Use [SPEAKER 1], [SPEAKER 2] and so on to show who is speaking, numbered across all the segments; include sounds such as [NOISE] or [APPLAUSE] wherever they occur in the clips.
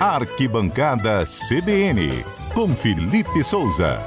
[SPEAKER 1] Arquibancada CBN, com Felipe Souza.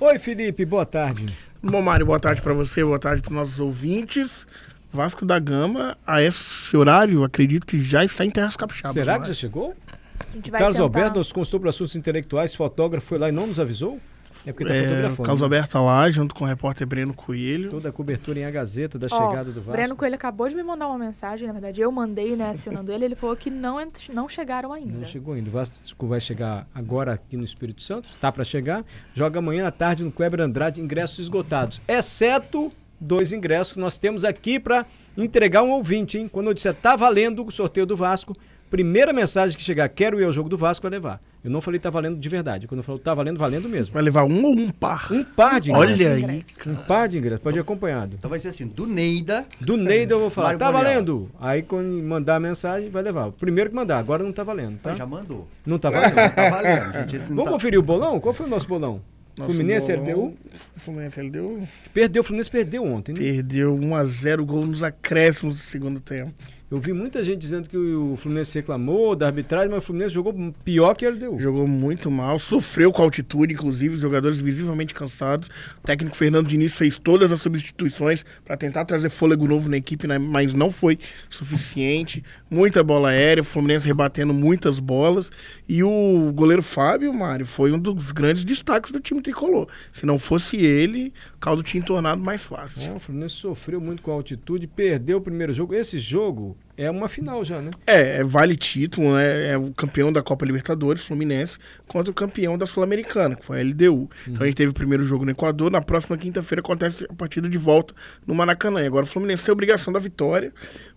[SPEAKER 2] Oi, Felipe, boa tarde.
[SPEAKER 3] Bom, Mário, boa tarde para você, boa tarde para nossos ouvintes. Vasco da Gama, a esse horário, acredito que já está em Terras Capixabas. é?
[SPEAKER 2] Será que
[SPEAKER 3] Mário.
[SPEAKER 2] já chegou?
[SPEAKER 4] A gente vai
[SPEAKER 2] Carlos
[SPEAKER 4] tentar.
[SPEAKER 2] Alberto, nosso consultor para assuntos intelectuais, fotógrafo, foi lá e não nos avisou? É porque está
[SPEAKER 3] É,
[SPEAKER 2] fotografando.
[SPEAKER 3] o Carlos
[SPEAKER 2] né?
[SPEAKER 3] Alberto lá, junto com o repórter Breno Coelho.
[SPEAKER 2] Toda a cobertura em A Gazeta da
[SPEAKER 4] Ó,
[SPEAKER 2] chegada do Vasco.
[SPEAKER 4] Breno Coelho acabou de me mandar uma mensagem, na verdade eu mandei, né, acionando ele, ele falou que não, ent- não chegaram ainda.
[SPEAKER 2] Não chegou ainda. O Vasco vai chegar agora aqui no Espírito Santo, tá para chegar. Joga amanhã à tarde no Kleber Andrade, ingressos esgotados. Exceto dois ingressos que nós temos aqui para entregar um ouvinte, hein? Quando eu disser tá valendo o sorteio do Vasco, primeira mensagem que chegar, quero ir ao jogo do Vasco, vai levar. Eu não falei tá valendo de verdade. Quando eu falo tá valendo, valendo mesmo.
[SPEAKER 3] Vai levar um ou um par?
[SPEAKER 2] Um par de ingressos.
[SPEAKER 3] Olha aí.
[SPEAKER 4] Ingressos.
[SPEAKER 2] Um par de ingressos, pode ir acompanhado.
[SPEAKER 5] Então vai ser assim, do Neida.
[SPEAKER 2] Do Neida eu vou falar,
[SPEAKER 5] Mário
[SPEAKER 2] tá
[SPEAKER 5] Borel.
[SPEAKER 2] valendo? Aí quando mandar a mensagem, vai levar. O primeiro que mandar, agora não tá valendo,
[SPEAKER 5] Tá,
[SPEAKER 2] tá?
[SPEAKER 5] já mandou.
[SPEAKER 2] Não tá valendo.
[SPEAKER 5] Tá valendo, gente. Esse não
[SPEAKER 2] Vamos
[SPEAKER 5] tá...
[SPEAKER 2] conferir o bolão? Qual foi o nosso bolão?
[SPEAKER 3] Nosso
[SPEAKER 2] Fluminense,
[SPEAKER 3] bolão-
[SPEAKER 2] LDU?
[SPEAKER 3] Fluminense, LDU.
[SPEAKER 2] Perdeu, o Fluminense perdeu ontem, né?
[SPEAKER 3] Perdeu 1 a 0 gol nos acréscimos do segundo tempo.
[SPEAKER 2] Eu vi muita gente dizendo que o Fluminense reclamou da arbitragem, mas o Fluminense jogou pior que o LDU.
[SPEAKER 3] Jogou muito mal, sofreu com a altitude, inclusive, os jogadores visivelmente cansados. O técnico Fernando Diniz fez todas as substituições para tentar trazer fôlego novo na equipe, né, mas não foi suficiente. Muita bola aérea, o Fluminense rebatendo muitas bolas. E o goleiro Fábio, Mário, foi um dos grandes destaques do time tricolor. Se não fosse ele, o caldo tinha tornado mais
[SPEAKER 2] É,
[SPEAKER 3] fácil.
[SPEAKER 2] o Fluminense sofreu muito com a altitude, perdeu o primeiro jogo. Esse jogo é uma final já, né?
[SPEAKER 3] É, é vale título, né? É o campeão da Copa Libertadores, Fluminense, contra o campeão da Sul-Americana, que foi a LDU. Então a gente teve o primeiro jogo no Equador, na próxima quinta-feira acontece a partida de volta no Maracanã. E agora o Fluminense tem a obrigação da vitória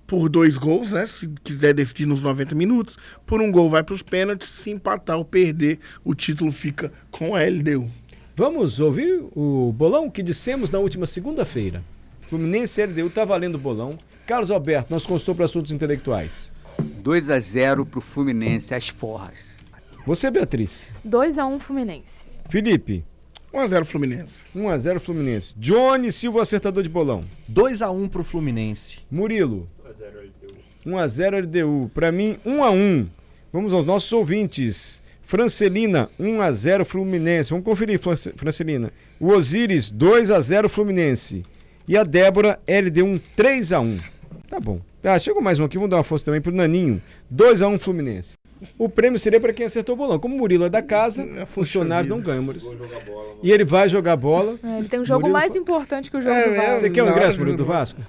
[SPEAKER 3] por dois gols, né? Se quiser decidir nos 90 minutos, por um gol vai para os pênaltis, se empatar ou perder, o título fica com a LDU.
[SPEAKER 2] Vamos ouvir o bolão que dissemos na última segunda-feira. Fluminense e LDU tá valendo o bolão. Carlos Alberto, nosso consultor para assuntos intelectuais.
[SPEAKER 6] 2 a 0 pro Fluminense, as forras.
[SPEAKER 2] Você, Beatriz.
[SPEAKER 4] 2x1 Fluminense.
[SPEAKER 2] Felipe,
[SPEAKER 3] 1x0 Fluminense.
[SPEAKER 2] 1x0 Fluminense. Johnny Silva, acertador de bolão.
[SPEAKER 5] 2x1 pro Fluminense.
[SPEAKER 2] Murilo. 1x0 LDU. Pra mim, 1x1. Vamos aos nossos ouvintes. Francelina, 1x0 Fluminense. Vamos conferir, Franc- Francelina. O Osiris, 2x0 Fluminense. E a Débora, LD1, 3x1. Tá bom. Tá, chegou mais um aqui. Vamos dar uma força também pro Naninho. 2x1 Fluminense. O prêmio seria pra quem acertou o bolão. Como o Murilo é da casa, funcionário não ganha, Maurício. E ele vai jogar bola.
[SPEAKER 4] É, ele tem um jogo
[SPEAKER 2] Murilo
[SPEAKER 4] mais
[SPEAKER 2] foi-
[SPEAKER 4] importante que o jogo
[SPEAKER 3] É
[SPEAKER 4] do
[SPEAKER 3] mesmo?
[SPEAKER 4] Vasco.
[SPEAKER 2] Você quer um
[SPEAKER 3] Na hora
[SPEAKER 2] ingresso,
[SPEAKER 3] de
[SPEAKER 2] Murilo, do
[SPEAKER 3] jogar.
[SPEAKER 2] Vasco?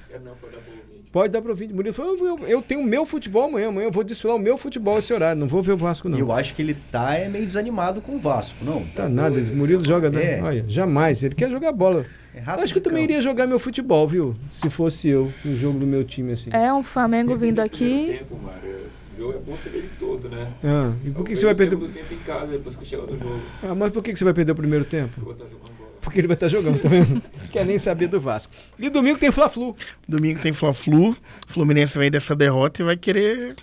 [SPEAKER 2] Pode dar para ouvinte. Murilo falou, eu, eu, eu tenho o meu futebol amanhã, amanhã eu vou desfilar o meu futebol esse horário, não vou ver o Vasco não.
[SPEAKER 5] E eu acho que ele tá é, meio desanimado com o Vasco, não?
[SPEAKER 2] Tá nada, esse Murilo joga, né?
[SPEAKER 5] É.
[SPEAKER 2] Olha, jamais, ele quer jogar bola.
[SPEAKER 5] É
[SPEAKER 2] Eu
[SPEAKER 5] rápido
[SPEAKER 2] acho que eu
[SPEAKER 5] de
[SPEAKER 2] também
[SPEAKER 5] campo.
[SPEAKER 2] iria jogar meu futebol, viu? Se fosse eu, no jogo do meu time, assim.
[SPEAKER 4] É um Flamengo vindo aqui.
[SPEAKER 7] tempo, Mário. O jogo é bom você ver todo, né?
[SPEAKER 2] Ah, e por que, que você
[SPEAKER 7] Eu
[SPEAKER 2] vai
[SPEAKER 7] vejo
[SPEAKER 2] perder...
[SPEAKER 7] o segundo tempo em casa depois que chega do jogo.
[SPEAKER 2] Ah, mas por que, que você vai perder o primeiro tempo?
[SPEAKER 7] Eu vou estar jogando bola.
[SPEAKER 2] Porque ele vai estar jogando, tá vendo? [LAUGHS] quer nem saber do Vasco. E domingo tem Fla-Flu.
[SPEAKER 3] Domingo tem Fla-Flu. Fluminense vem dessa derrota e vai querer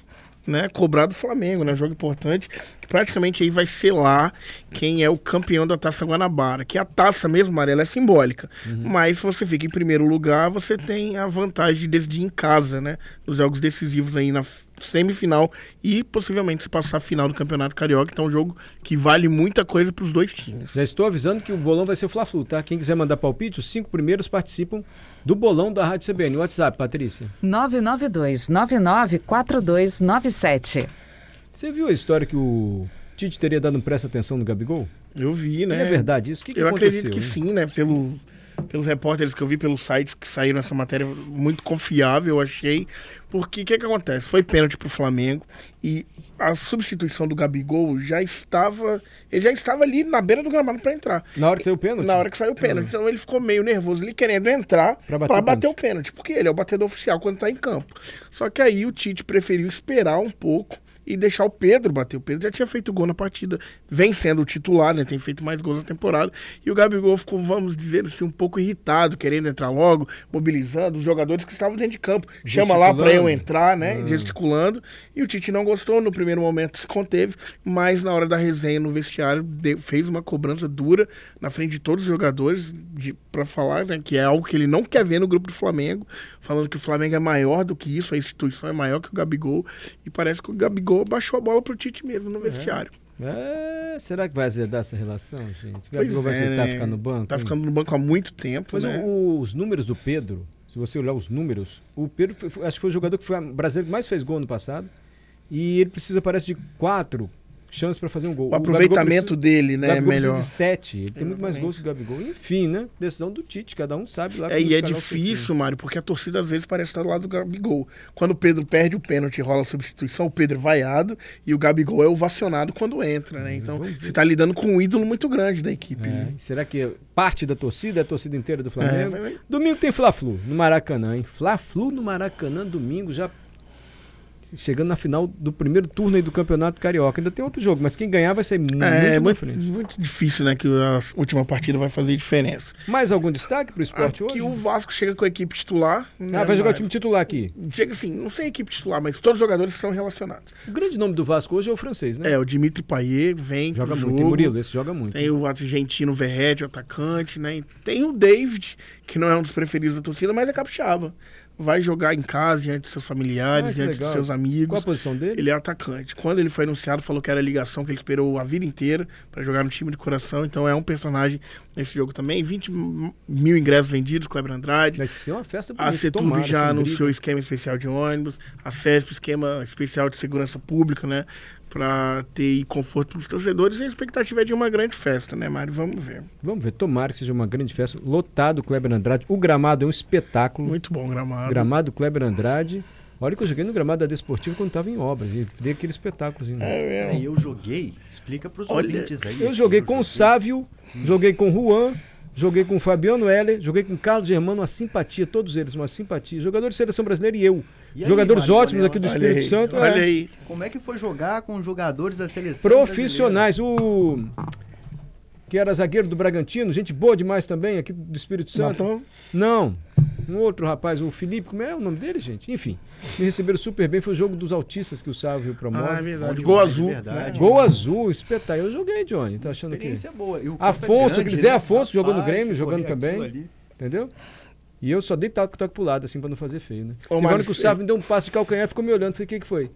[SPEAKER 3] né, cobrar do Flamengo, né? Jogo importante que praticamente aí vai selar quem é o campeão da Taça Guanabara. Que a taça mesmo, Maria, ela é simbólica. Mas se você fica em primeiro lugar, você tem a vantagem de decidir em casa, né? Nos jogos decisivos aí na f- semifinal e possivelmente se passar a final do Campeonato Carioca. Então é um jogo que vale muita coisa para os dois times.
[SPEAKER 2] Já estou avisando que o bolão vai ser o Fla-Flu, tá? Quem quiser mandar palpite, os cinco primeiros participam do bolão da Rádio CBN. WhatsApp, Patrícia.
[SPEAKER 8] 992-994297.
[SPEAKER 2] Você viu a história que o Tite teria dado um presta atenção no Gabigol?
[SPEAKER 3] Eu vi, né?
[SPEAKER 2] É, verdade isso? O que, que
[SPEAKER 3] eu
[SPEAKER 2] aconteceu?
[SPEAKER 3] acredito que
[SPEAKER 2] hein?
[SPEAKER 3] sim, né? Pelo, pelos repórteres que eu vi, pelos sites que saíram essa matéria, muito confiável, eu achei. Porque o que, que acontece? Foi pênalti pro Flamengo e a substituição do Gabigol já estava. Ele já estava ali na beira do gramado para entrar.
[SPEAKER 2] Na hora que saiu o pênalti?
[SPEAKER 3] Na hora que saiu o pênalti. Então ele ficou meio nervoso ali, querendo entrar
[SPEAKER 2] Pra
[SPEAKER 3] pra
[SPEAKER 2] bater
[SPEAKER 3] bater,
[SPEAKER 2] o
[SPEAKER 3] o pênalti, porque ele é o batedor oficial quando tá em campo. Só que aí o Tite preferiu esperar um pouco e deixar o Pedro bater. O Pedro já tinha feito gol na partida, vem sendo o titular, né? Tem feito mais gols na temporada. E o Gabigol ficou, vamos dizer assim, um pouco irritado, querendo entrar logo, mobilizando os jogadores que estavam dentro de campo. Chama lá pra eu
[SPEAKER 2] Gesticulando. É.
[SPEAKER 3] entrar, né? Gesticulando. E o Tite não gostou, no primeiro momento se conteve, mas na hora da resenha no vestiário de- fez uma cobrança dura na frente de todos os jogadores de, pra falar, né? Que é algo que ele não quer ver no grupo do Flamengo, falando que o Flamengo é maior do que isso, a instituição é maior que o Gabigol. E parece que o Gabigol baixou a bola pro Tite mesmo no vestiário.
[SPEAKER 2] É, será que vai azedar essa relação, gente? O
[SPEAKER 3] Pois
[SPEAKER 2] Gabigol vai
[SPEAKER 3] é,
[SPEAKER 2] aceitar
[SPEAKER 3] né?
[SPEAKER 2] ficar no banco?
[SPEAKER 3] Tá
[SPEAKER 2] hein?
[SPEAKER 3] ficando no banco há muito tempo,
[SPEAKER 2] Mas
[SPEAKER 3] né?
[SPEAKER 2] o- os números do Pedro, se você olhar os números, o Pedro foi- foi- acho que foi o jogador que foi a- brasileiro que mais fez gol no passado. E ele precisa, parece, de quatro chances para fazer um gol.
[SPEAKER 3] O aproveitamento dele, né, é
[SPEAKER 2] Gabigol precisa
[SPEAKER 3] melhor.
[SPEAKER 2] de sete. Ele tem muito mais gols que o Gabigol. Enfim, né? Decisão do Tite, cada um sabe lá.
[SPEAKER 3] É,
[SPEAKER 2] como
[SPEAKER 3] e é
[SPEAKER 2] escalar o seu time.
[SPEAKER 3] difícil, Mário, porque a torcida às vezes parece estar do lado do Gabigol. Quando o Pedro perde o pênalti e rola a substituição, o Pedro é vaiado e o Gabigol é ovacionado quando entra, né? Então
[SPEAKER 2] É, vamos ver.
[SPEAKER 3] você tá lidando com um ídolo muito grande da equipe.
[SPEAKER 2] É,
[SPEAKER 3] né?
[SPEAKER 2] e será que é parte da torcida é a torcida inteira do
[SPEAKER 3] É,
[SPEAKER 2] Flamengo?
[SPEAKER 3] vai-
[SPEAKER 2] Domingo tem Fla-Flu no Maracanã, hein? Fla-Flu no Maracanã, domingo já chegando na final do primeiro turno aí do Campeonato Carioca. Ainda tem outro jogo, mas quem ganhar vai ser muito
[SPEAKER 3] É,
[SPEAKER 2] na
[SPEAKER 3] muito,
[SPEAKER 2] frente.
[SPEAKER 3] muito difícil, né? Que a última partida vai fazer diferença.
[SPEAKER 2] Mais algum destaque pro esporte hoje?
[SPEAKER 3] que
[SPEAKER 2] né?
[SPEAKER 3] o Vasco chega com a equipe titular. né,
[SPEAKER 2] Ah, vai jogar o
[SPEAKER 3] Mário?
[SPEAKER 2] time titular aqui.
[SPEAKER 3] Chega assim, não sei a equipe titular, mas todos os jogadores estão relacionados.
[SPEAKER 2] O grande nome do Vasco hoje é o francês, né?
[SPEAKER 3] É, o Dimitri Payet vem. pro
[SPEAKER 2] joga muito.
[SPEAKER 3] jogo.
[SPEAKER 2] Tem Murilo, esse joga muito.
[SPEAKER 3] Tem o argentino Verrete, o atacante, né? E Tem o David, que não é um dos preferidos da torcida, mas é capixaba. Vai jogar em casa, diante de seus familiares,
[SPEAKER 2] Ah, que
[SPEAKER 3] diante
[SPEAKER 2] legal.
[SPEAKER 3] de seus
[SPEAKER 2] Qual
[SPEAKER 3] amigos.
[SPEAKER 2] a posição dele?
[SPEAKER 3] Ele é atacante. Quando ele foi anunciado, falou que era a ligação que ele esperou a vida inteira pra jogar no time de coração. Então é um personagem nesse jogo também. 20 mil ingressos vendidos, Kleber Andrade.
[SPEAKER 2] Vai ser é uma festa bonita.
[SPEAKER 3] A CETUB
[SPEAKER 2] tomara,
[SPEAKER 3] já
[SPEAKER 2] sem
[SPEAKER 3] anunciou
[SPEAKER 2] briga.
[SPEAKER 3] esquema especial de ônibus, a CESP esquema especial de segurança pública, né? Pra ter conforto para os torcedores e a expectativa é de uma grande festa, né, Mário? Vamos ver.
[SPEAKER 2] Vamos ver, tomara que seja uma grande festa. Lotado o Kleber Andrade. O gramado é um espetáculo.
[SPEAKER 3] Muito bom o gramado.
[SPEAKER 2] Gramado Kleber Andrade. Olha que eu joguei no gramado da Desportiva quando estava em obras. E dei aquele espetáculo. assim.
[SPEAKER 3] É,
[SPEAKER 5] É,
[SPEAKER 3] mesmo.
[SPEAKER 5] e eu joguei, explica pros
[SPEAKER 3] Olha,
[SPEAKER 5] ouvintes aí.
[SPEAKER 2] eu
[SPEAKER 5] esse
[SPEAKER 2] joguei com o
[SPEAKER 5] joguinho.
[SPEAKER 2] Sávio, joguei com o Juan, joguei com o Fabiano Heller, joguei com o Carlos Germano, uma simpatia, todos eles, uma simpatia. Jogadores de seleção brasileira e eu.
[SPEAKER 5] E aí,
[SPEAKER 2] Jogadores
[SPEAKER 5] Mário
[SPEAKER 2] ótimos
[SPEAKER 5] Bonella?
[SPEAKER 2] aqui do
[SPEAKER 3] Olha
[SPEAKER 2] Espírito
[SPEAKER 3] aí,
[SPEAKER 2] Santo.
[SPEAKER 3] Olha
[SPEAKER 2] é.
[SPEAKER 3] aí.
[SPEAKER 5] Como é que foi jogar com jogadores da seleção?
[SPEAKER 2] Profissionais. O. Que era zagueiro do Bragantino, gente boa demais também, aqui do Espírito Santo.
[SPEAKER 3] Então,
[SPEAKER 2] Não. Um outro rapaz, o Felipe, como é o nome dele, gente? Enfim, me receberam super bem. Foi o jogo dos autistas que o Sávio promove.
[SPEAKER 3] ah, é verdade.
[SPEAKER 5] Pode
[SPEAKER 3] Gol
[SPEAKER 5] demais,
[SPEAKER 3] azul.
[SPEAKER 5] é verdade.
[SPEAKER 3] né?
[SPEAKER 2] Gol azul, espetáculo. Eu joguei, Johnny. Tá achando que.
[SPEAKER 5] Experiência boa. E o campo é
[SPEAKER 2] Afonso,
[SPEAKER 5] grande,
[SPEAKER 2] José
[SPEAKER 5] né?
[SPEAKER 2] Afonso jogou no
[SPEAKER 5] Rapaz,
[SPEAKER 2] Grêmio,
[SPEAKER 5] correr
[SPEAKER 2] jogando
[SPEAKER 5] aquilo
[SPEAKER 2] também.
[SPEAKER 5] ali.
[SPEAKER 2] Entendeu? E eu só dei toque, toque pro lado, assim, pra não fazer feio, né?
[SPEAKER 3] Ô,
[SPEAKER 2] Teve uma hora
[SPEAKER 3] Mário,
[SPEAKER 2] que o
[SPEAKER 3] cê-
[SPEAKER 2] Sávio me deu um passo de calcanhar, ficou me olhando. Falei, o que, que foi?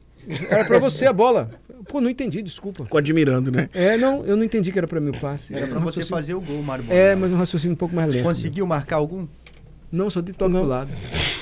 [SPEAKER 2] Era pra você a bola. Pô, não entendi, desculpa.
[SPEAKER 3] Ficou admirando, né?
[SPEAKER 2] É, não, eu não entendi que era pra mim o passe.
[SPEAKER 5] Era pra
[SPEAKER 2] um
[SPEAKER 5] você
[SPEAKER 2] raciocínio-
[SPEAKER 5] fazer o gol, Mário
[SPEAKER 2] É,
[SPEAKER 5] Bonella.
[SPEAKER 2] mas um raciocínio um pouco mais lento.
[SPEAKER 5] Conseguiu marcar algum?
[SPEAKER 2] Não, só dei toque pro lado.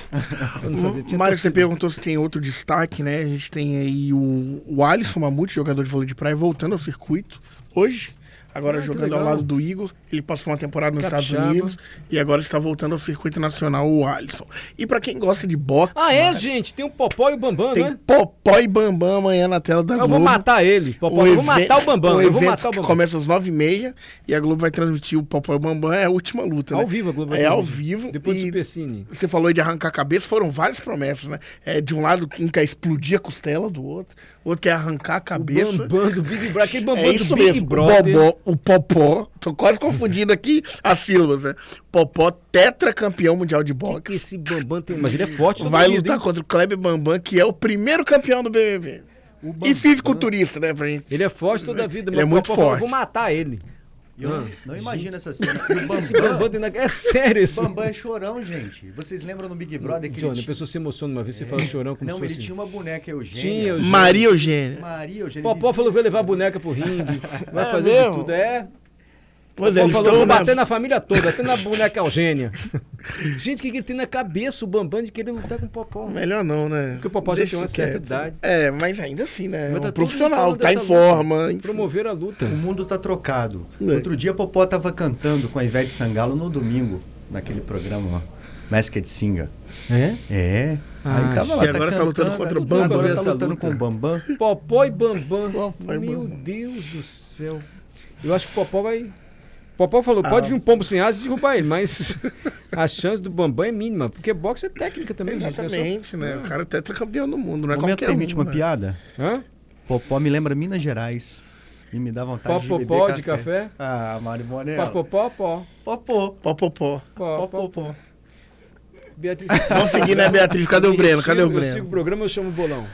[SPEAKER 2] Pra não
[SPEAKER 5] [LAUGHS]
[SPEAKER 2] fazer- tinha
[SPEAKER 3] Hum, Mário, você
[SPEAKER 2] torcida.
[SPEAKER 3] perguntou se tem outro destaque, né? A gente tem aí o, o Alisson Mamute, jogador de vôlei de praia, voltando ao circuito hoje. Agora
[SPEAKER 2] Ah, que
[SPEAKER 3] jogando ao
[SPEAKER 2] legal.
[SPEAKER 3] lado do Igor. Ele passou uma temporada nos Estados
[SPEAKER 2] Capixaba.
[SPEAKER 3] Unidos e agora está voltando ao circuito nacional, o Alisson. E pra quem gosta de boxe,
[SPEAKER 2] Ah, é, gente? Tem o Popó e o Bambam,
[SPEAKER 3] tem
[SPEAKER 2] né?
[SPEAKER 3] Popó e Bambam amanhã na tela da
[SPEAKER 2] Eu
[SPEAKER 3] Globo.
[SPEAKER 2] vou matar ele, Popó. eu vou
[SPEAKER 3] Um even- um
[SPEAKER 2] matar o Bambam. Eu vou
[SPEAKER 3] evento
[SPEAKER 2] matar o
[SPEAKER 3] que
[SPEAKER 2] Bambam.
[SPEAKER 3] Começa às 9h30 e a Globo vai transmitir o Popó e o Bambam. É a última luta, né?
[SPEAKER 2] Ao vivo, a Globo. vai
[SPEAKER 3] É ao
[SPEAKER 2] transmitir.
[SPEAKER 3] vivo.
[SPEAKER 2] Depois do
[SPEAKER 3] e-
[SPEAKER 2] Supercine.
[SPEAKER 3] você falou aí de arrancar a cabeça, foram várias promessas, né? É, de um lado quem quer explodir a costela do outro, o outro quer arrancar a
[SPEAKER 2] Bambam
[SPEAKER 3] cabeça.
[SPEAKER 2] do Big Brother. Aquele Bambam
[SPEAKER 3] É isso
[SPEAKER 2] do Big
[SPEAKER 3] mesmo, o
[SPEAKER 2] Brother.
[SPEAKER 3] Bobó, o Popó, tô quase confundindo aqui as sílabas, né? Popó, tetracampeão mundial de
[SPEAKER 2] Que que
[SPEAKER 3] boxe,
[SPEAKER 2] esse Bambam tem? Mas ele é forte, todo
[SPEAKER 3] vai
[SPEAKER 2] mundo,
[SPEAKER 3] lutar
[SPEAKER 2] hein?
[SPEAKER 3] contra o Kleber Bambam, que é o primeiro campeão do BBB.
[SPEAKER 5] O Bambam.
[SPEAKER 3] E fisiculturista, né, pra gente?
[SPEAKER 2] Ele é forte toda a vida,
[SPEAKER 3] Ele
[SPEAKER 2] mas
[SPEAKER 3] é
[SPEAKER 2] o
[SPEAKER 3] muito
[SPEAKER 2] Popó falou,
[SPEAKER 3] forte.
[SPEAKER 2] Eu vou matar ele.
[SPEAKER 5] Eu
[SPEAKER 2] Ah,
[SPEAKER 5] não imagino essa cena. E O
[SPEAKER 2] Esse Bambam
[SPEAKER 5] Bambam,
[SPEAKER 2] tem na... É sério esse.
[SPEAKER 5] Bambam é chorão, gente. Vocês lembram no Big Brother que
[SPEAKER 2] Johnny, a
[SPEAKER 5] ele
[SPEAKER 2] pessoa se emociona uma vez, você fala chorão
[SPEAKER 5] tinha...
[SPEAKER 2] como
[SPEAKER 5] Não,
[SPEAKER 2] se
[SPEAKER 5] ele
[SPEAKER 2] fosse...
[SPEAKER 5] tinha um uma boneca Eugênia.
[SPEAKER 2] Tinha, Eugênia.
[SPEAKER 3] Maria Eugênia.
[SPEAKER 5] Maria Eugênia.
[SPEAKER 2] Popó falou que vai levar a boneca pro
[SPEAKER 5] [LAUGHS]
[SPEAKER 2] ringue, vai
[SPEAKER 3] É
[SPEAKER 2] fazer
[SPEAKER 3] mesmo?
[SPEAKER 2] de tudo. É,
[SPEAKER 3] Pois é,
[SPEAKER 2] Ele
[SPEAKER 3] eles
[SPEAKER 2] falou, vou
[SPEAKER 3] estão
[SPEAKER 2] bater
[SPEAKER 3] nas-
[SPEAKER 2] na família toda, até na boneca Eugênia. [LAUGHS] Gente, o que, que ele tem na cabeça, o Bambam, de querer lutar com o Popó?
[SPEAKER 3] Melhor não, né?
[SPEAKER 2] Porque o Popó já
[SPEAKER 3] Deixa
[SPEAKER 2] tem uma certa
[SPEAKER 3] quieto.
[SPEAKER 2] idade.
[SPEAKER 3] É, mas ainda assim, né?
[SPEAKER 2] Mas tá
[SPEAKER 3] um
[SPEAKER 2] todo
[SPEAKER 3] profissional,
[SPEAKER 2] mundo falando
[SPEAKER 3] tá em
[SPEAKER 2] dessa luta.
[SPEAKER 3] forma. enfim.
[SPEAKER 2] Promover a luta.
[SPEAKER 5] O mundo tá trocado.
[SPEAKER 3] É.
[SPEAKER 5] Outro dia Popó tava cantando com a Ivete Sangalo no domingo, naquele programa Masked Singer.
[SPEAKER 2] É?
[SPEAKER 5] É.
[SPEAKER 2] Ah,
[SPEAKER 5] aí tava lá,
[SPEAKER 3] e agora tá lutando
[SPEAKER 5] cantando,
[SPEAKER 3] contra o
[SPEAKER 5] aí
[SPEAKER 3] Bambam.
[SPEAKER 5] Agora tá
[SPEAKER 2] Essa
[SPEAKER 5] lutando
[SPEAKER 2] luta.
[SPEAKER 5] com o Bambam.
[SPEAKER 2] Popó e Bambam.
[SPEAKER 3] Popó e
[SPEAKER 2] Meu
[SPEAKER 3] Bambam.
[SPEAKER 2] Deus do céu. Eu acho que o Popó vai. Popó falou,
[SPEAKER 3] Ah.
[SPEAKER 2] pode vir um pombo sem asa e derrubar ele, mas [LAUGHS] a chance do Bambam é mínima, porque boxe é técnica também, gente, não é só-
[SPEAKER 3] Exatamente, né? O cara é tetracampeão do mundo, não é
[SPEAKER 5] O momento
[SPEAKER 3] qualquer um,
[SPEAKER 5] permite uma
[SPEAKER 3] né?
[SPEAKER 5] piada?
[SPEAKER 2] Hã?
[SPEAKER 5] Popó me lembra Minas Gerais. E me dá vontade de beber
[SPEAKER 2] Popopó de café.
[SPEAKER 5] Ah, Mário Bonella.
[SPEAKER 2] Popopó, pó.
[SPEAKER 5] Popó.
[SPEAKER 3] Pó, pó, É, pó.
[SPEAKER 2] Pó, pó, pó.
[SPEAKER 5] Popó.
[SPEAKER 2] Beatriz.
[SPEAKER 3] [LAUGHS] Vamos seguir, né, Beatriz? Cadê o Breno? Cadê
[SPEAKER 2] Eu
[SPEAKER 3] o
[SPEAKER 2] sigo o
[SPEAKER 3] Breno?
[SPEAKER 2] programa, eu chamo o bolão.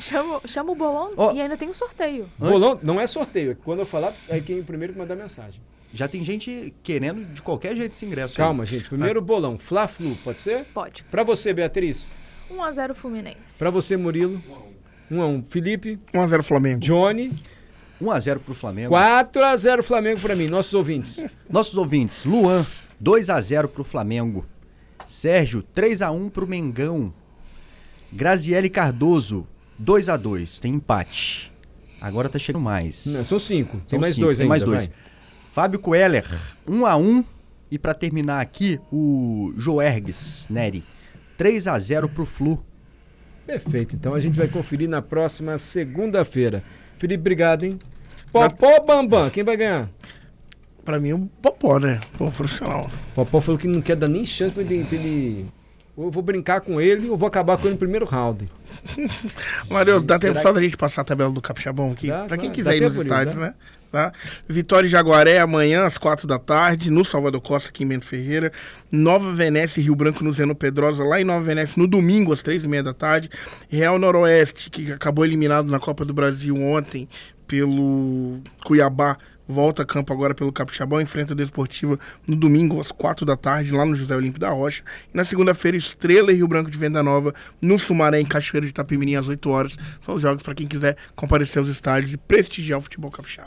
[SPEAKER 4] Chama, chama o bolão
[SPEAKER 5] Ó.
[SPEAKER 4] e ainda tem um sorteio.
[SPEAKER 2] Bolão não é sorteio. é Quando eu falar, é quem primeiro que mandar mensagem.
[SPEAKER 5] Já tem gente querendo de qualquer jeito esse ingresso.
[SPEAKER 2] Calma,
[SPEAKER 3] Ah.
[SPEAKER 2] gente. Primeiro bolão. Fla-Flu, pode ser?
[SPEAKER 4] Pode.
[SPEAKER 2] Pra você, Beatriz.
[SPEAKER 4] 1x0 Fluminense.
[SPEAKER 2] Pra você, Murilo. 1 a 1 Felipe,
[SPEAKER 3] 1x0 Flamengo.
[SPEAKER 2] Johnny.
[SPEAKER 5] 1x0 pro Flamengo.
[SPEAKER 2] 4 a 0 Flamengo pra mim, nossos
[SPEAKER 5] [LAUGHS]
[SPEAKER 2] ouvintes.
[SPEAKER 5] Nossos ouvintes, Luan, 2x0 pro Flamengo. Sérgio, 3x1 pro Mengão. Graziele Cardoso, 2x2. Tem empate. Agora tá chegando mais.
[SPEAKER 2] Não, são cinco. Tem
[SPEAKER 5] São
[SPEAKER 2] mais
[SPEAKER 5] cinco,
[SPEAKER 2] dois
[SPEAKER 5] tem
[SPEAKER 2] ainda.
[SPEAKER 5] mais dois.
[SPEAKER 2] vai.
[SPEAKER 5] Fábio Coeller, 1x1. E pra terminar aqui, o Joergues Neri, 3x0 pro Flu.
[SPEAKER 2] Perfeito. Então a gente vai conferir na próxima segunda-feira. Felipe, obrigado, hein? Popó Bambam, quem vai ganhar?
[SPEAKER 3] Pra mim, o Popó, né? Pô, profissional.
[SPEAKER 2] Popó falou que não quer dar nem chance pra ele. pra ele- Ou eu vou brincar com ele ou vou acabar com ele no primeiro round.
[SPEAKER 3] Mário, dá tempo só da gente passar a tabela do Capixabão aqui?
[SPEAKER 2] Dá,
[SPEAKER 3] pra quem
[SPEAKER 2] claro.
[SPEAKER 3] quiser
[SPEAKER 2] Dá
[SPEAKER 3] ir nos
[SPEAKER 2] tempo,
[SPEAKER 3] estádios,
[SPEAKER 2] Nil, dá.
[SPEAKER 3] né? Tá? Vitória e Jaguaré amanhã às quatro da tarde, no Salvador Costa, aqui em Bento Ferreira. Nova Venécia e Rio Branco no Zeno Pedrosa, lá em Nova Venécia, no domingo às três e meia da tarde. Real Noroeste, que acabou eliminado na Copa do Brasil ontem pelo Cuiabá, volta a campo agora pelo Capixabão, enfrenta a Desportiva no domingo às quatro da tarde, lá no José Olímpio da Rocha. E na segunda-feira, Estrela e Rio Branco de Venda Nova, no Sumaré, em Cachoeira de Itapemirim, às 8 horas. São os jogos para quem quiser comparecer aos estádios e prestigiar o futebol capixaba.